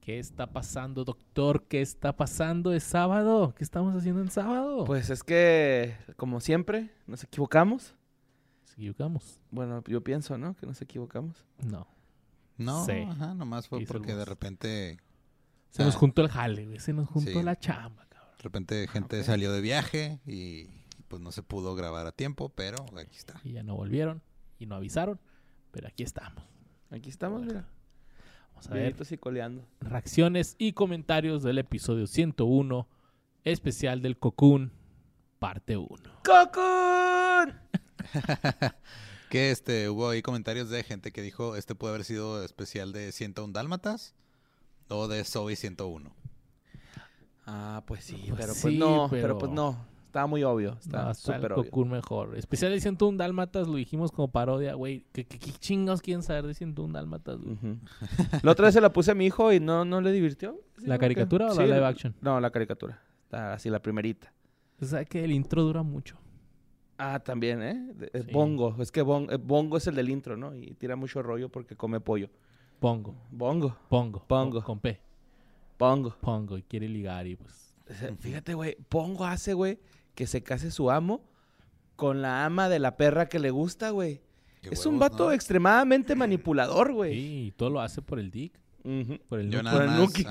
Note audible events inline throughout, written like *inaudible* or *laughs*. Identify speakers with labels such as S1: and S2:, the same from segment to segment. S1: ¿Qué está pasando, doctor? ¿Qué está pasando? Es sábado. ¿Qué estamos haciendo en sábado?
S2: Pues es que, como siempre, nos equivocamos.
S1: Nos equivocamos.
S2: Bueno, yo pienso, ¿no? Que nos equivocamos.
S1: No.
S3: No,
S1: Sí.
S3: ajá, nomás fue
S1: Hizo
S3: porque
S1: el
S3: de
S1: bus.
S3: repente,
S1: Se
S3: Ah.
S1: nos juntó el jale, güey. Se nos juntó
S3: Sí.
S1: la chamba, cabrón.
S3: de repente gente
S2: Ah, ok.
S3: salió de viaje y pues no se pudo grabar a tiempo, pero aquí está.
S1: Y ya no volvieron y no avisaron. Pero aquí estamos.
S2: Aquí estamos, mira.
S1: Vamos a ver
S2: Vivitos y coleando.
S1: reacciones y comentarios del episodio 101, especial del Cocoon, parte 1.
S2: ¡Cocoon!
S3: Que este, hubo ahí comentarios de gente que dijo, este puede haber sido especial de 101 Dálmatas o de Zoe 101.
S2: Ah, pues sí,
S1: Pues
S2: pero pues
S1: sí,
S2: no,
S1: pero-
S2: pero... pues no. Estaba muy obvio.
S1: No,
S2: Estaba
S1: está el
S2: súper obvio.
S1: Cocoon mejor. Especial de 101 Dálmatas, lo dijimos como parodia, güey. ¿Qué, qué, qué chingados quieren saber de 101 Dálmatas, güey?
S2: Ujú. *laughs* La otra vez se la puse a mi hijo y no, no le divirtió.
S1: ¿La
S2: Sí, como que-
S1: caricatura o la
S2: Sí,
S1: live action?
S2: No, la caricatura. La- así, la primerita.
S1: O sea que el intro dura mucho.
S2: Ah, también, ¿eh? De- es
S1: Sí.
S2: Bongo. Es que bon- eh, Bongo es el del intro, ¿no? Y tira mucho rollo porque come pollo.
S1: Pongo,
S2: Bongo,
S1: pongo.
S2: Pongo.
S1: Con, con P.
S2: bongo.
S1: Pongo y quiere ligar y pues.
S2: O sea, Fíjate, güey. Bongo hace, güey, que se case su amo con la ama de la perra que le gusta, güey.
S3: Qué
S2: Es un
S3: huevos,
S2: vato
S3: ¿no?
S2: extremadamente manipulador, güey.
S1: Sí, y todo lo hace por el dick,
S2: Ujú.
S1: por el
S3: Yo
S1: núcleo.
S3: nada
S2: Con el
S3: más.
S2: Nuki.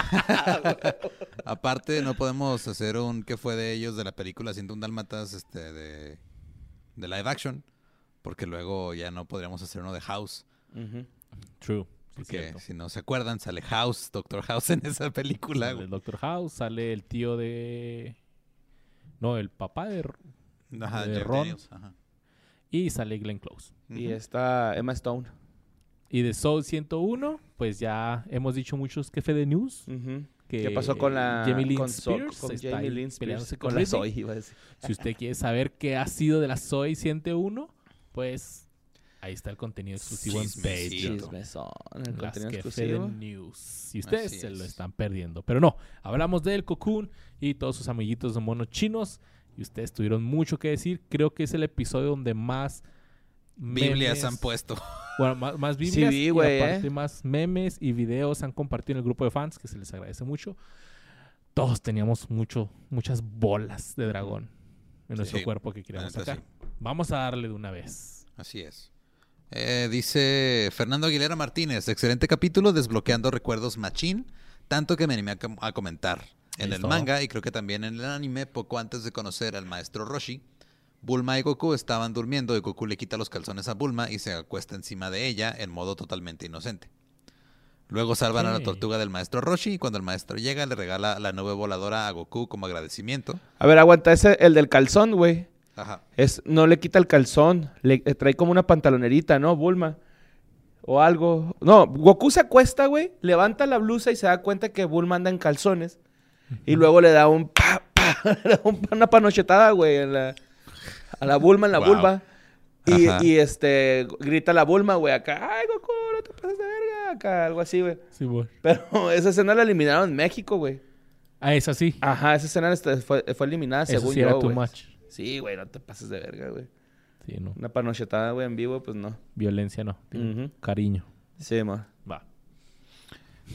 S3: ajá. Aparte, no podemos hacer un que fue de ellos de la película 101 Dálmatas este, de, de live action, porque luego ya no podríamos hacer uno de House.
S2: Ujú.
S1: True. sí es
S3: Porque
S1: cierto.
S3: si no se acuerdan, sale House, Doctor House en esa película.
S1: Sale
S3: güey.
S1: el Doctor House, sale el tío de. No, el papá de.
S3: Ajá,
S1: de
S3: Jack
S1: Ron.
S3: Daniels, ajá.
S1: Y sale Glenn Close.
S2: Y
S3: Ujú.
S2: está Emma Stone.
S1: Y de Soul 101, pues ya hemos dicho muchos que de News.
S2: Ujú.
S1: Que
S2: ¿Qué pasó con la
S1: Jamie Lynn
S2: con, Sol-
S1: Spears
S2: con
S1: está
S2: Jamie
S1: ahí
S2: Lynn Spears,
S1: peleándose
S2: con
S1: con
S2: la
S1: Ridley.
S2: Zoe, iba a decir.
S1: Si usted quiere saber qué ha sido de la Soy 101, pues ahí está el contenido exclusivo en
S3: Chismecito.
S1: Patreon.
S2: Chismesón, el
S1: Las
S2: contenido
S1: que
S2: exclusivo.
S1: Feden News. Si ustedes
S3: Así
S1: se lo
S3: es.
S1: están perdiendo. Pero no, hablamos del Cocoon y todos sus amiguitos de monos chinos. Y ustedes tuvieron mucho que decir. Creo que es el episodio donde más
S3: Biblias
S1: memes-
S3: han puesto.
S1: Bueno, más, más
S2: Sí
S1: biblias
S2: vi,
S1: y
S2: güey,
S1: aparte
S2: ¿eh?
S1: más memes y videos han compartido en el grupo de fans, que se les agradece mucho. Todos teníamos mucho, muchas bolas de dragón en nuestro
S3: Sí,
S1: cuerpo que queríamos
S3: la neta,
S1: sacar. Vamos a darle de una vez.
S3: Así es. Eh, dice Fernando Aguilera Martínez, excelente capítulo desbloqueando recuerdos machín, tanto que me animé a, com- a comentar en
S1: Ahí
S3: el
S1: está.
S3: manga y creo que también en el anime, poco antes de conocer al maestro Roshi. Bulma y Goku estaban durmiendo y Goku le quita los calzones a Bulma y se acuesta encima de ella en modo totalmente inocente. Luego salvan a
S1: Ok.
S3: la tortuga del maestro Roshi y cuando el maestro llega le regala la nube voladora a Goku como agradecimiento.
S2: A ver, aguanta, ese el del calzón, güey.
S3: Ajá.
S2: Es no le quita el calzón, le eh, trae como una pantalonerita, ¿no? Bulma o algo. No, Goku se acuesta, güey, levanta la blusa y se da cuenta que Bulma anda en calzones y luego le da un pa, pa, *laughs* le da un pa- una panochetada, güey, en la- a la Bulma en la
S3: Wow.
S2: vulva. Y,
S3: Ajá.
S2: y, este grita la Bulma, güey, acá, "Ay, Goku, no te pases de verga", acá algo así, güey. *laughs*
S1: Sí, voy.
S2: Pero esa escena la eliminaron en México, güey.
S1: Ah, es así.
S2: Ajá, esa escena este- fue, fue eliminada
S1: Eso
S2: según
S1: sí
S2: yo,
S1: era too
S2: güey.
S1: much.
S2: Sí, güey, no te pases de verga, güey.
S1: Sí, no.
S2: Una panochetada, güey, en vivo, pues no.
S1: Violencia no.
S2: Ujú.
S1: Cariño.
S2: Sí, ma.
S1: Va.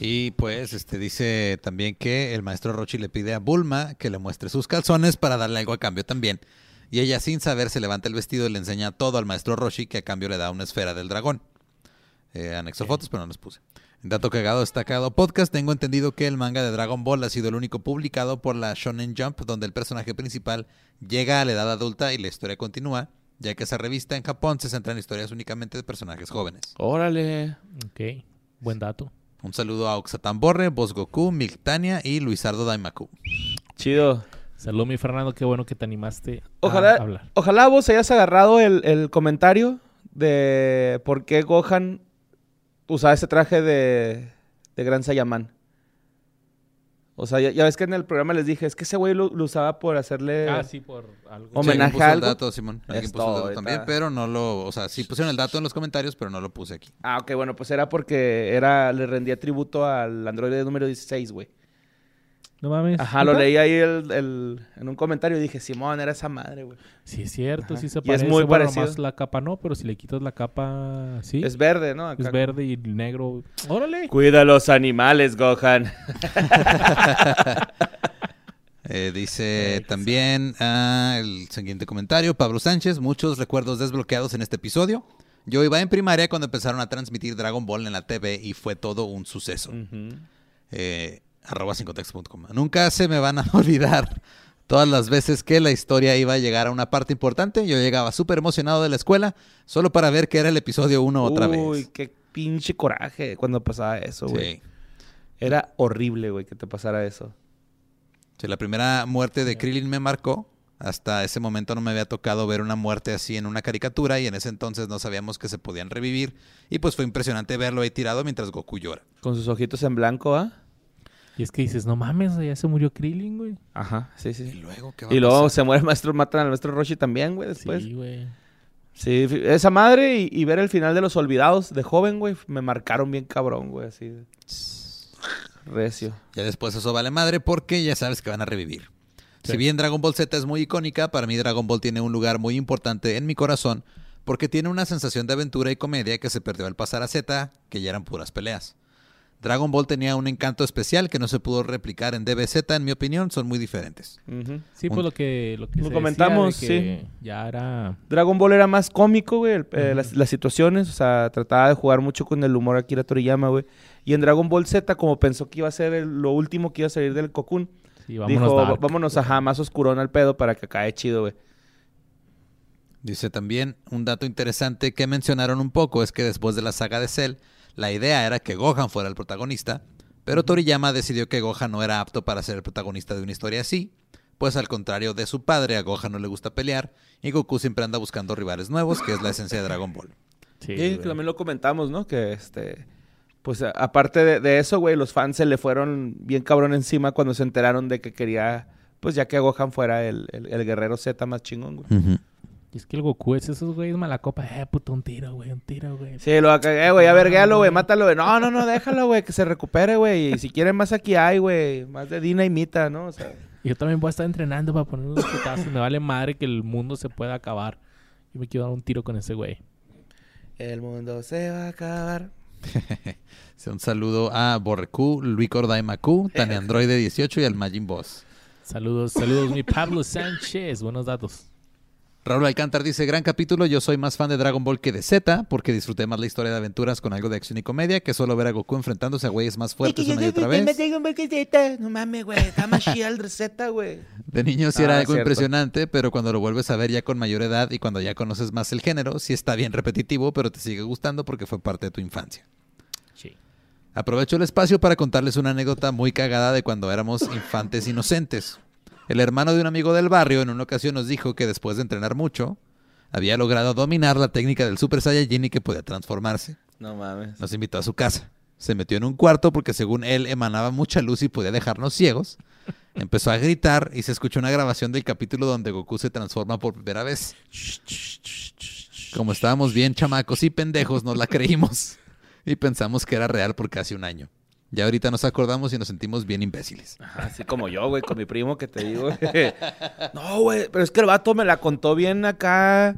S3: Y pues este dice también que el maestro Rochi le pide a Bulma que le muestre sus calzones para darle algo a cambio también. Y ella sin saber se levanta el vestido y le enseña todo al maestro Roshi que a cambio le da una esfera del dragón. Eh, anexo fotos, pero no los puse. Dato cagado destacado podcast, tengo entendido que el manga de Dragon Ball ha sido el único publicado por la Shonen Jump donde el personaje principal llega a la edad adulta y la historia continúa, ya que esa revista en Japón se centra en historias únicamente de personajes jóvenes.
S2: Órale.
S1: Ok. Buen dato.
S3: Un saludo a Oxatamborre, Bosgoku, Miltania y Luisardo Daimaku.
S2: Chido.
S1: Saludos, mi Fernando. Qué bueno que te animaste
S2: Ojalá,
S1: a Ah, hablar.
S2: ojalá vos hayas agarrado el, el comentario de por qué Gohan usaba ese traje de, de Gran Saiyaman. O sea, ya, ya ves que en el programa les dije, es que ese güey lo, lo usaba por hacerle...
S1: Ah, sí, por algo.
S2: Hombre. ¿Homenaje
S3: Sí, alguien puso
S2: a
S3: el
S2: algo?
S3: dato, Simón. Alguien
S2: Es
S3: puso el
S2: todo,
S3: dato
S2: ahorita.
S3: también, pero no lo... O sea, sí pusieron el dato en los comentarios, pero no lo puse aquí.
S2: Ah, ok, bueno, pues era porque era, le rendía tributo al androide número 16, güey.
S1: No mames.
S2: Ajá, lo
S1: ¿Neta?
S2: leí ahí el- el- en un comentario y dije, Simón, era esa madre, güey.
S1: Sí, es cierto,
S2: Ajá.
S1: sí se
S2: Y es
S1: parece.
S2: muy
S1: bueno,
S2: parecido.
S1: nomás la capa no, pero si le quitas la capa, sí.
S2: Es
S1: Es,
S2: verde, ¿no? Acá.
S1: verde y negro. ¡Órale!
S2: Cuida los animales, Gohan.
S3: Eh,
S1: Ay,
S3: dice
S1: qué
S3: también ah, el siguiente comentario, Pablo Sánchez, muchos recuerdos desbloqueados en este episodio. Yo iba en primaria cuando empezaron a transmitir Dragon Ball en la TV y fue todo un suceso.
S2: Ujú.
S3: Eh, arroba sincotex.com. Nunca se me van a *laughs* olvidar todas las veces que la historia iba a llegar a una parte importante. Yo llegaba súper emocionado de la escuela solo para ver que era el episodio 1 otra
S2: Uy,
S3: vez.
S2: qué pinche coraje cuando pasaba eso, güey.
S3: Sí.
S2: Era horrible, güey, que te pasara eso.
S3: Sí, la primera muerte de Krillin me marcó. Hasta ese momento no me había tocado ver una muerte así en una caricatura y en ese entonces no sabíamos que se podían revivir. Y pues fue impresionante verlo ahí tirado mientras Goku llora.
S2: Con sus ojitos en blanco, ¿ah?
S1: Y es que dices, no mames, ya se murió Krillin, güey.
S2: Ajá, sí,
S3: Y
S2: sí.
S3: luego, ¿qué va a
S2: Y luego
S3: pasar?
S2: se muere el maestro, matan al maestro Roshi también, güey, después.
S1: Sí, güey.
S2: Sí, fi- esa madre y, y ver el final de Los Olvidados de joven, güey, me marcaron bien cabrón, güey, así. de- Recio.
S3: Ya después eso vale madre porque ya sabes que van a revivir.
S1: Sí.
S3: Si bien Dragon Ball Z es muy icónica, para mí Dragon Ball tiene un lugar muy importante en mi corazón porque tiene una sensación de aventura y comedia que se perdió al pasar a Z, que ya eran puras peleas. Dragon Ball tenía un encanto especial que no se pudo replicar en DBZ, en mi opinión, son muy diferentes.
S2: Ujú.
S1: Sí, pues lo que, lo que
S2: Lo
S1: se decía de
S2: comentamos,
S1: que Ya era.
S2: Dragon Ball era más cómico, güey, el- eh, las, las situaciones, o sea, trataba de jugar mucho con el humor Akira Toriyama, güey. Y en Dragon Ball Z, como pensó que iba a ser el- lo último que iba a salir del cocoon,
S1: Sí, vámonos
S2: dijo,
S1: dark.
S2: vámonos, ajá, más oscurón al pedo para que acabe chido, güey.
S3: Dice también un dato interesante que mencionaron un poco es que después de la saga de Cell, la idea era que Gohan fuera el protagonista, pero Toriyama decidió que Gohan no era apto para ser el protagonista de una historia así, pues al contrario de su padre, a Gohan no le gusta pelear y Goku siempre anda buscando rivales nuevos, que es la esencia de Dragon Ball.
S1: Sí,
S2: Y
S1: güey.
S2: también lo comentamos, ¿no? Que este. Pues a- aparte de, de eso, güey, los fans se le fueron bien cabrón encima cuando se enteraron de que quería. Pues ya que Gohan fuera el, el- el guerrero Z más chingón, güey.
S1: Y es que el Goku es esos güeyes mala copa. Eh, puto, un tiro, güey, un tiro, güey.
S2: Sí, lo cagué, eh, güey, ya verguéalo, Ah, güey, mátalo, güey. No, no, no, déjalo, güey, que se recupere, güey. Y si quieren más aquí hay, güey. Más de Dina y Mita, ¿no? O sea,
S1: Yo también voy a estar entrenando para poner unos putazos. Me vale madre que el mundo se pueda acabar. Yo me quiero dar un tiro con ese güey.
S2: el mundo se va a acabar.
S3: Sí, Un saludo a Borrecu, Luis Corday Macu, Tane Androide 18 y al Majin Boss.
S1: Saludos, saludos, mi Pablo Sánchez. Buenos datos.
S3: Raúl Alcántar dice, gran capítulo, yo soy más fan de Dragon Ball que de Z, porque disfruté más la historia de aventuras con algo de acción y comedia que solo ver a Goku enfrentándose a güeyes más fuertes una y otra vez.
S2: No mames, güey, está más chida el receta, güey.
S3: De niño sí
S2: Ah,
S3: era algo
S2: cierto.
S3: impresionante, pero cuando lo vuelves a ver ya con mayor edad y cuando ya conoces más el género, sí está bien repetitivo, pero te sigue gustando porque fue parte de tu infancia.
S1: Sí.
S3: Aprovecho el espacio para contarles una anécdota muy cagada de cuando éramos infantes inocentes. El hermano de un amigo del barrio en una ocasión nos dijo que después de entrenar mucho, había logrado dominar la técnica del Super Saiyajin y que podía transformarse.
S2: No mames.
S3: Nos invitó a su casa. Se metió en un cuarto porque según él emanaba mucha luz y podía dejarnos ciegos. Empezó a gritar y se escuchó una grabación del capítulo donde Goku se transforma por primera vez. Como estábamos bien chamacos y pendejos, nos la creímos y pensamos que era real por casi un año. Ya ahorita nos acordamos y nos sentimos bien imbéciles.
S2: Así como yo, güey, con mi primo que *laughs* te digo. güey. No, güey, pero es que el vato me la contó bien acá,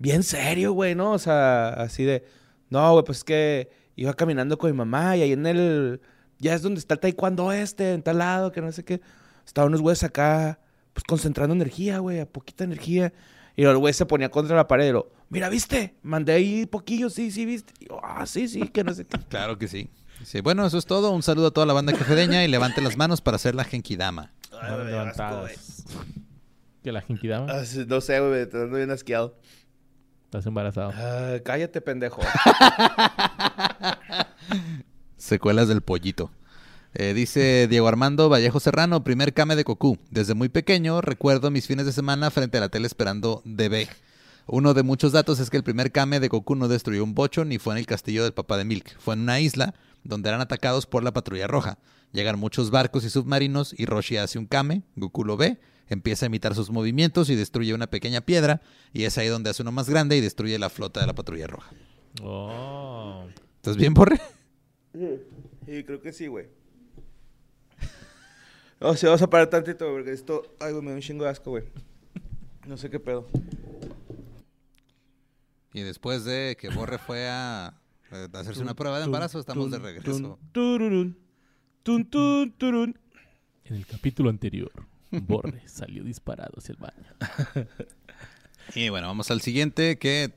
S2: bien serio, güey, ¿no? O sea, así de, no, güey, pues es que iba caminando con mi mamá y ahí en el, ya es donde está el taekwondo este, en tal lado, que no sé qué. Estaban unos güeyes acá, pues concentrando energía, güey, a poquita energía. Y el güey se ponía contra la pared y lo, mira, ¿viste? Mandé ahí poquillo, sí, sí, ¿viste? Y yo, ah, sí, sí, que no sé qué.
S3: Claro que sí. Dice, bueno, eso es todo. Un saludo a toda la banda quejedeña y levante las manos para hacer la Genkidama.
S1: Manos levantadas. Que la jinkidama.
S2: Ah, sí, No sé, güey, te ando bien asqueado.
S1: Estás embarazado.
S2: Ah, cállate, pendejo.
S3: Secuelas del pollito. Eh, dice Diego Armando Vallejo Serrano, primer came de Cocú. Desde muy pequeño recuerdo mis fines de semana frente a la tele esperando DB. Uno de muchos datos es que el primer kame de Goku no destruyó un bocho ni fue en el castillo del papá de Milk. Fue en una isla donde eran atacados por la patrulla roja. Llegan muchos barcos y submarinos y Roshi hace un kame, Goku lo ve, empieza a imitar sus movimientos y destruye una pequeña piedra y es ahí donde hace uno más grande y destruye la flota de la patrulla roja.
S1: Oh.
S3: ¿Estás bien, Borre?
S2: Sí, creo que sí, güey. *laughs* O sea, vamos a parar tantito, güey, porque esto. Ay, güey, me da un chingo de asco, güey. No sé qué pedo.
S3: Y después de que Borre fue a eh, hacerse una prueba de embarazo, estamos de regreso.
S2: Tururun. Tun, tun, turun.
S1: En el capítulo anterior, Borre *laughs* salió disparado hacia el baño.
S3: Y bueno, vamos al siguiente que,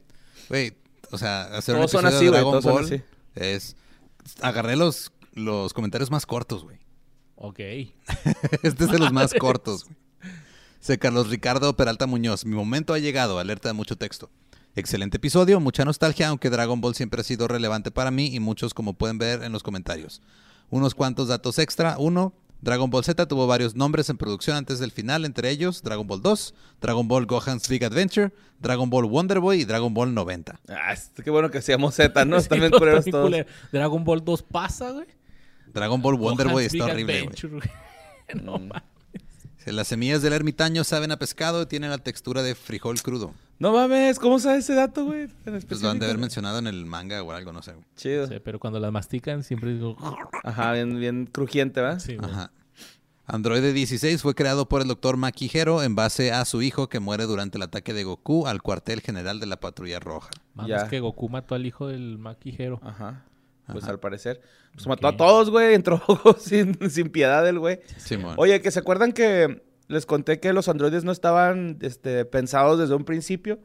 S3: güey, o sea, hacer
S2: Todos
S3: un
S2: son
S3: episodio
S2: así,
S3: de
S2: güey,
S3: Dragon
S2: todos son
S3: Ball
S2: así.
S3: es... Agarré los, los comentarios más cortos, güey.
S1: Ok.
S3: *laughs* Este es de los más cortos, güey. Dice Carlos Ricardo Peralta Muñoz. Mi momento ha llegado. Alerta de mucho texto. Excelente episodio, mucha nostalgia, aunque Dragon Ball siempre ha sido relevante para mí y muchos, como pueden ver en los comentarios. Unos cuantos datos extra. Uno, Dragon Ball Z tuvo varios nombres en producción antes del final, entre ellos Dragon Ball 2, Dragon Ball Gohan's Big Adventure, Dragon Ball Wonder Boy y Dragon Ball 90.
S2: Ah, es- qué bueno que hacíamos Z, *laughs* ¿no?
S1: *laughs* Sí,
S2: Están bien
S1: todos
S2: culeros
S1: bien
S2: todos.
S1: culeros. Dragon Ball 2 pasa, güey.
S3: Dragon Ball Wonder
S1: Gohan's
S3: Boy está
S1: Big
S3: horrible, güey.
S1: Adventure, güey. *laughs* no
S2: Mm.
S1: mames.
S3: Dice, Las semillas del ermitaño saben a pescado y tienen la textura de frijol crudo.
S2: No mames, ¿cómo sabes ese dato, güey? tan
S3: Pues lo han de
S2: específico?
S3: haber mencionado en el manga o algo, no sé. güey.
S2: Chido.
S1: Sí, pero cuando las mastican siempre digo...
S2: Ajá, bien, bien crujiente, ¿verdad?
S1: Sí, güey.
S3: Ajá. Android 16 fue creado por el doctor Maquijero en base a su hijo que muere durante el ataque de Goku al cuartel general de la Patrulla Roja.
S1: Mames,
S2: Ya.
S1: que Goku mató al hijo del maquijero.
S2: Ajá. Pues
S3: Ajá.
S2: al parecer. Pues mató
S1: Ok.
S2: a todos, güey. Entró *laughs* sin, sin piedad el güey.
S3: Simón.
S2: Oye, que se acuerdan que les conté que los androides no estaban este, pensados desde un principio.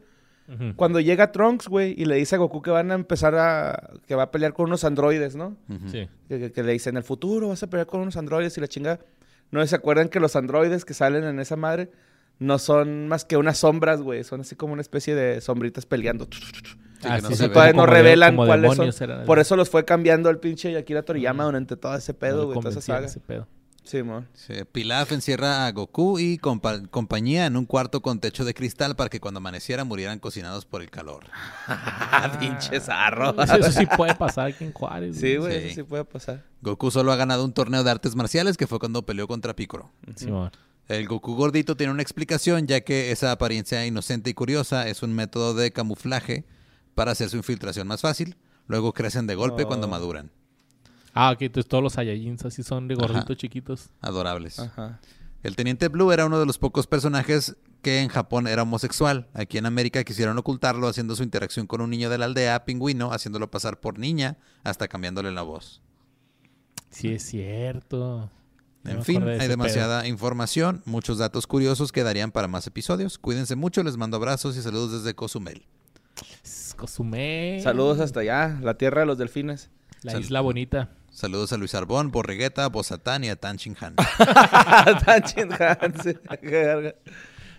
S1: Ujú.
S2: Cuando llega Trunks, güey, y le dice a Goku que van a empezar a. que va a pelear con unos androides, ¿no?
S3: Ujú.
S1: Sí.
S2: Que, que- que le dice en el futuro vas a pelear con unos androides y la chinga. No se acuerdan que los androides que salen en esa madre no son más que unas sombras, güey. Son así como una especie de sombritas peleando.
S3: Sí,
S1: Ah,
S3: que no
S1: sí,
S3: se
S1: sí,
S3: ve.
S2: todavía
S1: como
S2: no
S1: de-
S2: revelan
S1: como
S2: cuáles son.
S1: demonios eran.
S2: Por eso los fue cambiando el pinche Akira Toriyama
S1: Ah.
S2: durante todo ese
S1: No
S2: pedo,
S1: le
S2: güey. Toda esa
S1: convencían
S2: saga.
S1: ese pedo.
S2: Simón.
S3: Sí, Pilaf encierra a Goku y compa- compañía en un cuarto con techo de cristal para que cuando amaneciera murieran cocinados por el calor.
S2: Ah, pinche zarro.
S1: Eso, eso sí puede pasar aquí en Juárez.
S2: Sí, güey,
S3: Sí.
S2: eso sí puede pasar.
S3: Goku solo ha ganado un torneo de artes marciales que fue cuando peleó contra Piccolo.
S1: Simón.
S3: El Goku gordito tiene una explicación, ya que esa apariencia inocente y curiosa es un método de camuflaje para hacer su infiltración más fácil. Luego crecen de golpe
S2: Oh.
S3: cuando maduran.
S1: Ah, ok, entonces todos los Saiyajins así son de gorditos
S3: Ajá.
S1: chiquitos.
S3: Adorables.
S1: Ah.
S2: Ajá.
S3: El Teniente Blue era uno de los pocos personajes que en Japón era homosexual. Aquí en América quisieron ocultarlo haciendo su interacción con un niño de la aldea, pingüino, haciéndolo pasar por niña hasta cambiándole la voz.
S1: Sí, es cierto. No
S3: En
S1: me
S3: fin,
S1: acordé de
S3: hay
S1: ese
S3: demasiada información, muchos datos curiosos que darían para más episodios. Cuídense mucho, les mando abrazos y saludos desde Cozumel.
S1: pedo. Sss, Cozumel.
S2: Saludos hasta allá, la tierra de
S1: *laughs*
S2: los delfines.
S1: La
S3: Salud.
S1: isla bonita.
S3: Saludos a Luis Arbón, Borregueta, Bozatán y a Tan Shin Han.
S2: Tan chingón, sí, qué verga.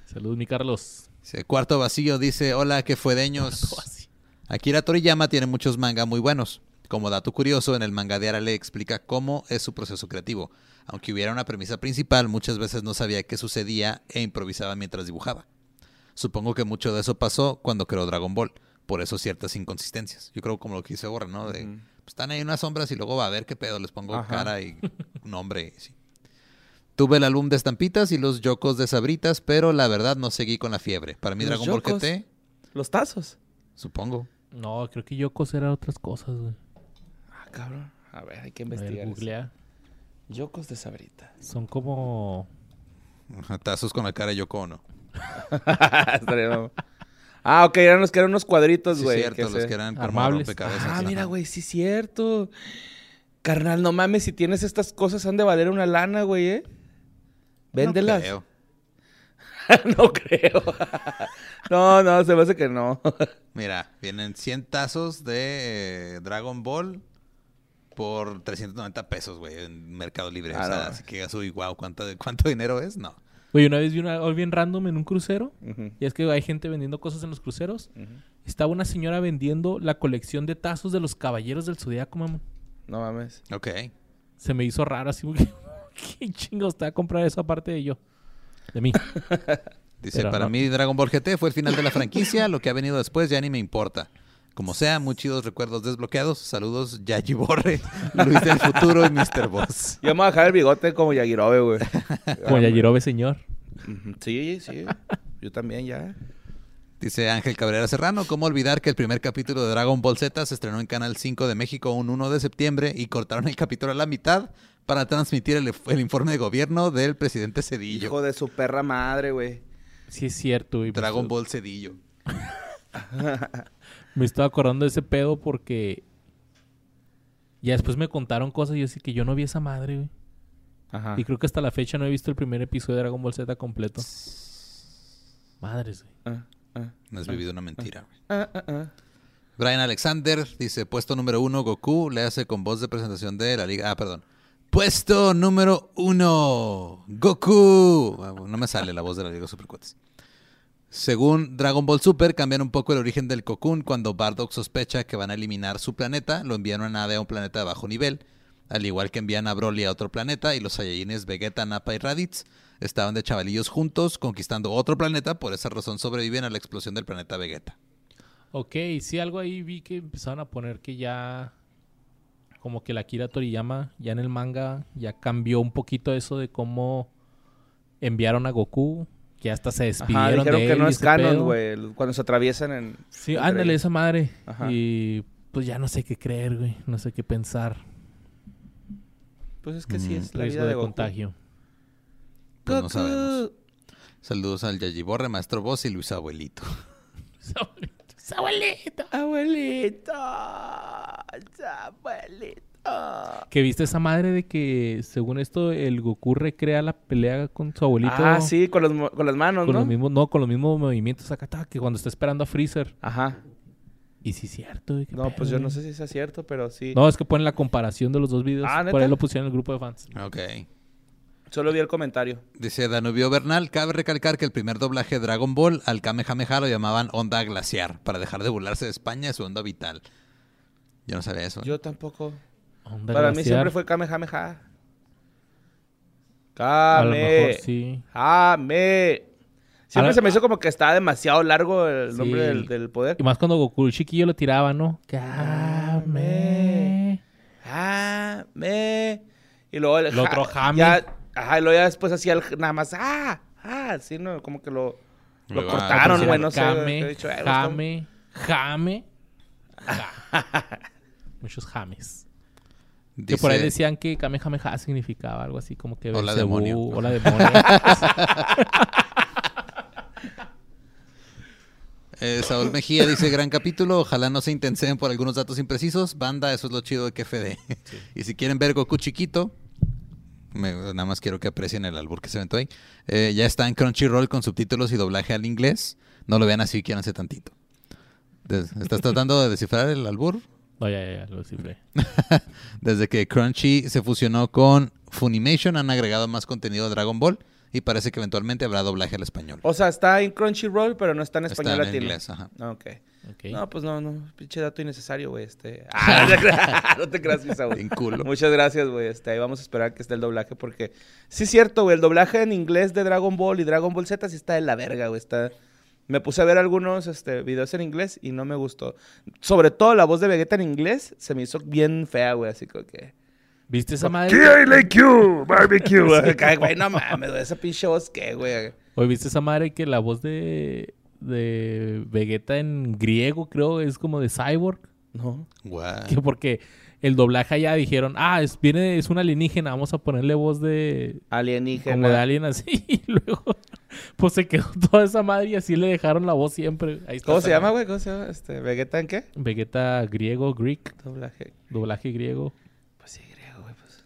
S1: Saludos, mi Carlos.
S3: Dice, Cuarto Vacío dice, hola, que
S1: *laughs*
S3: fue deños?
S1: Todo así.
S3: Akira Toriyama tiene muchos manga muy buenos. Como dato curioso, en el manga de Ara le explica cómo es su proceso creativo. Aunque hubiera una premisa principal, muchas veces no sabía qué sucedía e improvisaba mientras dibujaba. Supongo que mucho de eso pasó cuando creó Dragon Ball. Por eso ciertas inconsistencias. Yo creo como lo que hizo Borra, ¿no? De,
S2: Ujú.
S3: pues, están ahí unas sombras y luego va a ver qué pedo. Les pongo
S2: Ajá.
S3: cara y *laughs* nombre. y sí. Tuve el álbum de estampitas y los yokos de sabritas, pero la verdad no seguí con la fiebre. Para mí
S2: ¿Los
S3: Dragon
S2: yokos?
S3: Ball GT,
S2: Los tazos.
S3: supongo.
S1: No, creo que Yokos era otras cosas, güey.
S2: Ah, cabrón. A ver, hay que
S1: A ver,
S2: investigar. eso.
S1: googlea.
S2: Yokos de sabrita.
S1: Son como.
S3: Ajá, Tazos con la cara de Yoko Ono.
S2: *laughs* Estaría mamón. ah, ok, eran los que eran unos cuadritos,
S3: Sí,
S2: güey.
S3: cierto, los
S2: se-
S3: que eran como
S1: Armables.
S3: rompecabezas.
S2: Ah,
S3: ajá.
S2: mira, güey, sí, cierto. Carnal, no mames, si tienes estas cosas, han de valer una lana, güey, ¿eh?
S3: No
S2: Véndelas.
S3: creo.
S2: *laughs* No creo. *laughs* no, no, se me hace que no. *laughs*
S3: Mira, vienen 100 tazos de eh, Dragon Ball por 390 pesos, güey, en Mercado Libre.
S2: Ah,
S3: o sea,
S2: no.
S3: así que uy, wow, ¿cuánto, ¿cuánto dinero es? No.
S1: Oye, una vez vi una algo bien random en un crucero.
S2: Ujú,
S1: Y es que hay gente vendiendo cosas en los cruceros.
S2: ujú.
S1: Estaba una señora vendiendo la colección de tazos de los caballeros del zodiaco, mamón.
S2: No mames.
S3: Ok.
S1: Se me hizo raro, así como que. *laughs* ¿Qué chingo está a comprar eso aparte de yo? De mí.
S3: Dice,
S1: Pero
S3: para
S1: no.
S3: mí Dragon Ball GT fue el final de la franquicia, lo que ha venido después ya ni me importa. Como sea, muy chidos recuerdos desbloqueados. Saludos, Yayi Borre, *laughs* Luis del Futuro y Mr. Boss.
S2: Yo me voy a dejar el bigote como
S1: *laughs*
S2: Yagirobe, güey.
S1: Como Yajirobe, señor.
S2: Ujú, Sí, sí. Yo también ya.
S3: Dice Ángel Cabrera Serrano, ¿cómo olvidar que el primer capítulo de Dragon Ball Z se estrenó en Canal 5 de México un 1 de septiembre y cortaron el capítulo a la mitad para transmitir el, el informe de gobierno del presidente Cedillo?
S2: Hijo de su perra madre, güey.
S1: Sí es cierto. Y me
S3: Dragon
S1: estoy-
S3: Ball Cedillo.
S1: Me estoy acordando de ese pedo porque... Ya después me contaron cosas y yo sí que yo no vi esa madre, güey.
S2: Ajá.
S1: Y creo que hasta la fecha no he visto el primer episodio de Dragon Ball Z completo. Madres, güey.
S2: Ah, ah,
S3: No has vivido una mentira. güey.
S2: ah, ah, ah.
S3: Brian Alexander dice, puesto número uno, Goku, le hace con voz de presentación de la liga. Ah, perdón. Puesto número uno, Goku. Ah, bueno, No me sale la voz de la liga Supercuates. Según Dragon Ball Super, cambian un poco el origen del Cocoon cuando Bardock sospecha que van a eliminar su planeta, lo envían una nave a un planeta de bajo nivel, al igual que envían a Broly a otro planeta y los Saiyajines Vegeta, Nappa y Raditz estaban de chavalillos juntos conquistando otro planeta, por esa razón sobreviven a la explosión del planeta Vegeta.
S1: Ok, sí, algo ahí vi que empezaron a poner que ya... Como que la Akira Toriyama ya en el manga ya cambió un poquito eso de cómo enviaron a Goku. Que hasta se despidieron
S2: Ajá, dijeron
S1: de
S2: que
S1: él
S2: no
S1: y
S2: es
S1: ese
S2: canon,
S1: pedo.
S2: güey. Cuando se atraviesan en...
S1: Sí,
S2: entre
S1: ándale
S2: ellos.
S1: esa madre.
S2: Ajá.
S1: Y pues ya no sé qué creer, güey. No sé qué pensar.
S2: Pues es que sí
S3: Mm,
S2: es la
S1: Riesgo
S2: vida
S1: de,
S2: de Goku. *laughs*
S1: contagio.
S3: Pues no
S2: Goku.
S3: sabemos. Saludos al Yayiborre, Maestro Boss y Luis Abuelito.
S1: Abuelita.
S2: Abuelito. Ah, Abuelito.
S1: Que viste esa madre de que, según esto, el Goku recrea la pelea con su abuelito.
S2: Ah, sí, con, los mo- con las manos,
S1: Con
S2: ¿no?
S1: los mismos, no, con los mismos movimientos acá, ta, que cuando está esperando a Freezer.
S2: Ajá.
S1: Y sí, es cierto. güey, qué
S2: No,
S1: pedo,
S2: pues yo no
S1: güey.
S2: sé si sea cierto, pero sí.
S1: No, es que ponen la comparación de los dos videos.
S2: Ah, ¿neta?
S1: Por ahí lo pusieron en el grupo de fans.
S3: Ok.
S2: Solo vi el comentario.
S3: Dice Danubio Bernal, cabe recalcar que el primer doblaje de Dragon Ball al Kamehameha lo llamaban Onda Glaciar, para dejar de burlarse de España y su onda vital. Yo no sabía eso. ¿eh?
S2: Yo tampoco.
S1: Onda
S2: Para mí
S1: glaciar.
S2: siempre fue Kamehameha.
S1: A lo mejor
S2: Kame.
S1: sí.
S2: Kame.
S1: A
S2: Siempre
S1: la-
S2: se me hizo como que estaba demasiado largo el
S1: Sí.
S2: nombre del, del poder.
S1: Y más cuando Goku el chiquillo lo tiraba, ¿no? Kame.
S2: Kame. Y luego el,
S1: El otro
S2: ja-
S1: Jame.
S2: ya- ajá, y luá ya después hacía el, nada más. Ah, ah, sí, no, como que lo, lo
S3: Ahí va.
S2: cortaron, güey, Ah, no sé.
S1: Came,
S2: he dicho, "Eh, güey, está-
S1: jame, jame,
S2: *laughs*
S1: ja". Muchos james.
S3: Dice,
S1: Que por ahí decían que Kamehameha significaba algo así como que
S3: Hola,
S1: Belcebú,
S3: demonio.
S1: Hola demonio.
S3: *laughs* eh, Saúl Mejía dice, gran capítulo, ojalá no se intenseen por algunos datos imprecisos. Banda, eso es lo chido de KFD. *laughs* y si quieren ver Goku chiquito, me- nada más quiero que aprecien el albur que se aventó ahí. Eh, ya está en Crunchyroll con subtítulos y doblaje al inglés. No lo vean así, quiéranse tantito. Des- ¿Estás tratando de descifrar el albur?
S1: No, ya, ya, ya, lo descifré.
S3: Desde que Crunchy se fusionó con Funimation, han agregado más contenido de Dragon Ball y parece que eventualmente habrá doblaje al español.
S2: O sea, está en Crunchyroll, pero no está en español
S3: Está en
S2: latino.
S3: inglés, ajá.
S2: Ah, Ok.
S1: Ok.
S2: No, pues no, no, pinche dato innecesario, güey,
S1: *laughs*
S2: este. Ah, no te creas, *laughs* no te creas, mi Saúl.
S3: En culo.
S2: Muchas gracias, güey, este, ahí vamos a esperar que esté el doblaje porque sí es cierto, güey, el doblaje en inglés de Dragon Ball y Dragon Ball Z sí está de la verga, güey, está me puse a ver algunos este, videos en inglés y no me gustó. Sobre todo la voz de Vegeta en inglés se me hizo bien fea, güey, así como que...
S1: ¿Viste esa madre?
S2: Q, *laughs* barbecue. güey, no mames, güey, esa pinche voz, ¿qué, güey?
S1: Hoy viste esa madre que la voz de, de Vegeta en griego, creo, es como de Cyborg.
S2: No.
S3: Guau.
S1: Que porque el doblaje allá dijeron, ah, es, viene, es un alienígena, vamos a ponerle voz de,
S2: Alienígena.
S1: como de alguien así *laughs* y luego pues se quedó *laughs* toda esa madre y así le dejaron la voz siempre. Ahí está
S2: ¿Cómo se
S1: esa
S2: llama,
S1: madre.
S2: güey? ¿Cómo se llama? Este, ¿Vegeta en qué?
S1: Vegeta griego, Greek,
S2: Doblaje.
S1: doblaje griego
S2: Pues sí, griego, güey, pues...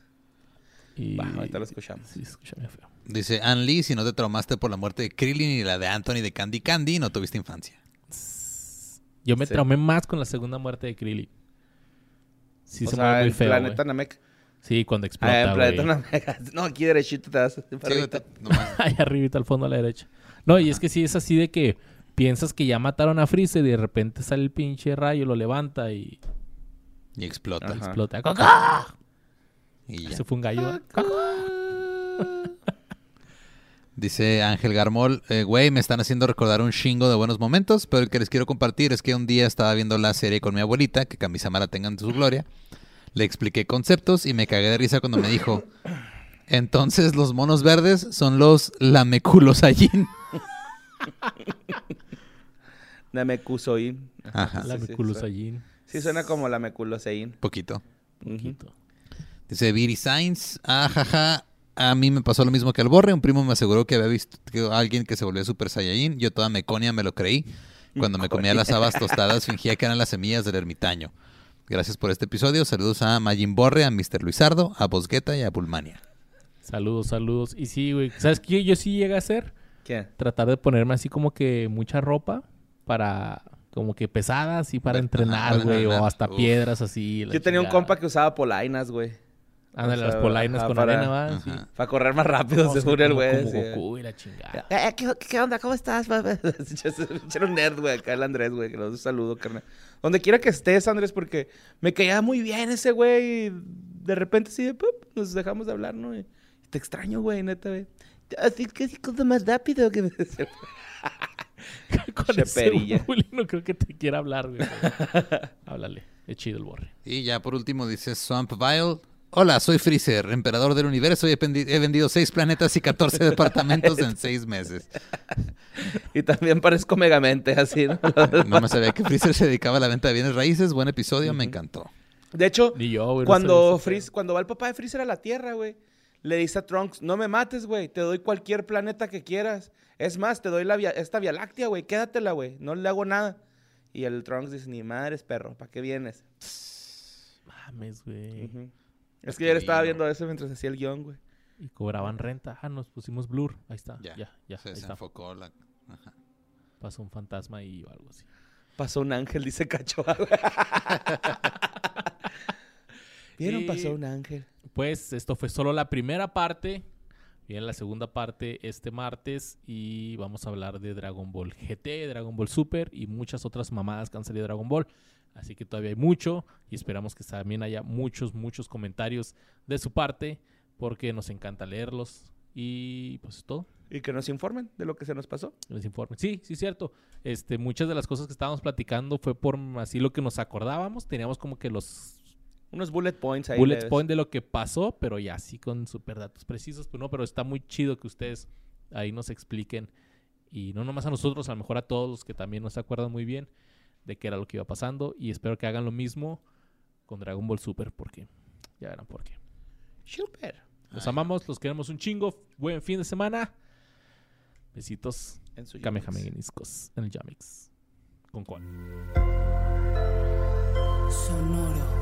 S1: y
S2: Va, ahorita lo escuchamos.
S1: Sí, escúchame feo.
S3: Dice Ann Lee, si no te traumaste por la muerte de Krillin y la de Anthony de Candy Candy, no tuviste infancia.
S1: Yo me
S2: Sí.
S1: traumé más con la segunda muerte de Krillin. Sí
S2: o
S1: se
S2: sea,
S1: mueve muy
S2: el
S1: feo.
S2: planeta
S1: güey.
S2: Namek.
S1: Sí cuando
S2: Ah,
S1: explota,
S2: el planeta
S1: güey.
S2: Namek. *laughs* No, aquí derechito te vas.
S3: Sí, güey, te- nomás-
S1: *laughs* Ahí arribita al fondo a la derecha. No, y es que sí es así de que piensas que ya mataron a Freezer y de repente sale el pinche rayo, lo levanta y
S3: y explota.
S2: Ajá.
S1: explota. ¡Cocá!
S3: Y ya.
S1: Se fue un gallo. ¿verdad?
S3: Dice Ángel Garmol, eh, güey, me están haciendo recordar un chingo de buenos momentos, pero el que les quiero compartir es que un día estaba viendo la serie con mi abuelita, que Kamisama la tenga en su gloria. Le expliqué conceptos y me cagué de risa cuando me dijo, entonces los monos verdes son los lameculos allí.
S2: La mecusoín.
S3: Ajá.
S1: *laughs* la
S2: sí, sí,
S1: meculosayin.
S2: Sí, suena como la meculoseín.
S3: Poquito.
S1: Poquito.
S3: Dice Viri Sainz, ajaja, a mí me pasó lo mismo que al Borre, un primo me aseguró que había visto que alguien que se volvió Super Saiyajin, yo toda meconia me lo creí. Cuando me comía las habas tostadas fingía que eran las semillas del ermitaño. Gracias por este episodio, saludos a Majin Borre, a Mr. Luisardo, a Bosgueta y a Bulmania.
S1: Saludos, saludos. Y sí, güey. ¿Sabes qué yo sí llegué a hacer?
S2: ¿Qué?
S1: Tratar de ponerme así como que mucha ropa para... Como que pesadas y para
S3: Ajá,
S1: entrenar,
S3: Ah, para
S1: güey. O
S3: entrenar.
S1: hasta
S3: Uf.
S1: piedras así. la
S2: Yo tenía un
S1: chingada.
S2: compa que usaba polainas, güey.
S1: Ándale,
S2: o sea,
S1: las polainas
S2: ajá,
S1: con
S2: para-
S1: arena, ¿va? Sí.
S3: Ajá.
S2: Para correr más *laughs* rápido,
S1: No,
S2: se
S1: sí,
S2: seguro el
S1: como-
S2: güey.
S1: Como
S2: sí.
S1: Goku y la chingada.
S2: Eh, eh, ¿qué, qué onda? ¿Cómo estás? *laughs* papá? Era un nerd, güey, acá el Andrés, güey, que nos da un saludo, carnal. Donde quiera que estés, Andrés, porque me caía muy bien ese güey. y De repente, sí, de pop, nos dejamos de hablar, ¿no? Y te extraño, güey, neta, güey. Así que sí, cosa más rápido que me *laughs* decía.
S1: *laughs* Con ese
S2: Cheperilla.
S1: bullying no creo que te quiera hablar,
S2: *laughs*
S1: güey. Háblale. Es chido el borre.
S3: Y ya por último dice Swamp Vile. Hola, soy Freezer, emperador del universo y he, pendi- he vendido seis planetas y 14 departamentos en seis meses.
S2: Y también parezco megamente, así, ¿no? *laughs*
S3: No me sabía que Freezer se dedicaba a la venta de bienes raíces. Buen episodio, me encantó.
S2: De hecho,
S1: Ni yo, güey. Pues, no
S2: Cuando,
S1: sabía
S2: Freeze-
S1: ese
S2: cuando va el papá de Freezer a la Tierra, güey, le dice a Trunks, no me mates, güey, te doy cualquier planeta que quieras. Es más, te doy la vía- esta Vía Láctea, güey, quédatela, güey, no le hago nada. Y el Trunks dice, ni madres, perro, ¿para qué vienes?
S1: pedo. Mames, güey.
S2: Ujú. Es que yo le estaba
S3: Cochino.
S2: viendo eso mientras hacía el guión, güey.
S1: Y cobraban renta. Ah, nos pusimos blur. Ahí está.
S3: Ya,
S1: Ya, ya.
S3: Se
S1: ahí está.
S3: desenfocó la... Ajá.
S1: Pasó un fantasma y algo así.
S2: Pasó un ángel, dice
S1: *laughs*
S2: Cacho. güey. ¿Vieron?
S1: Sí.
S2: Pasó un ángel.
S1: Pues esto fue solo la primera parte. Viene la segunda parte este martes y vamos a hablar de Dragon Ball GT, Dragon Ball Super y muchas otras mamadas que han salido de Dragon Ball. Así que todavía hay mucho y esperamos que también haya muchos, muchos comentarios de su parte porque nos encanta leerlos. Y pues es todo.
S2: Y que nos informen de lo que se nos pasó.
S1: Les informe. Sí, sí, cierto. Este, muchas de las cosas que estábamos platicando fue por así lo que nos acordábamos. Teníamos como que los
S2: Unos bullet points ahí.
S1: bullet
S2: leves.
S1: point de lo que pasó, pero ya así con super datos precisos, pues no, pero está muy chido que ustedes ahí nos expliquen y no nomás a nosotros, a lo mejor a todos los que también no se acuerdan muy bien de qué era lo que iba pasando y espero que hagan lo mismo con Dragon Ball Super porque ya verán por qué.
S2: Super.
S1: Los
S3: Ay,
S1: amamos, los queremos un chingo, buen fin de semana. Besitos,
S2: En su
S1: Kamehamegniscos en el Yamix. Con cuál.
S4: Sonoro.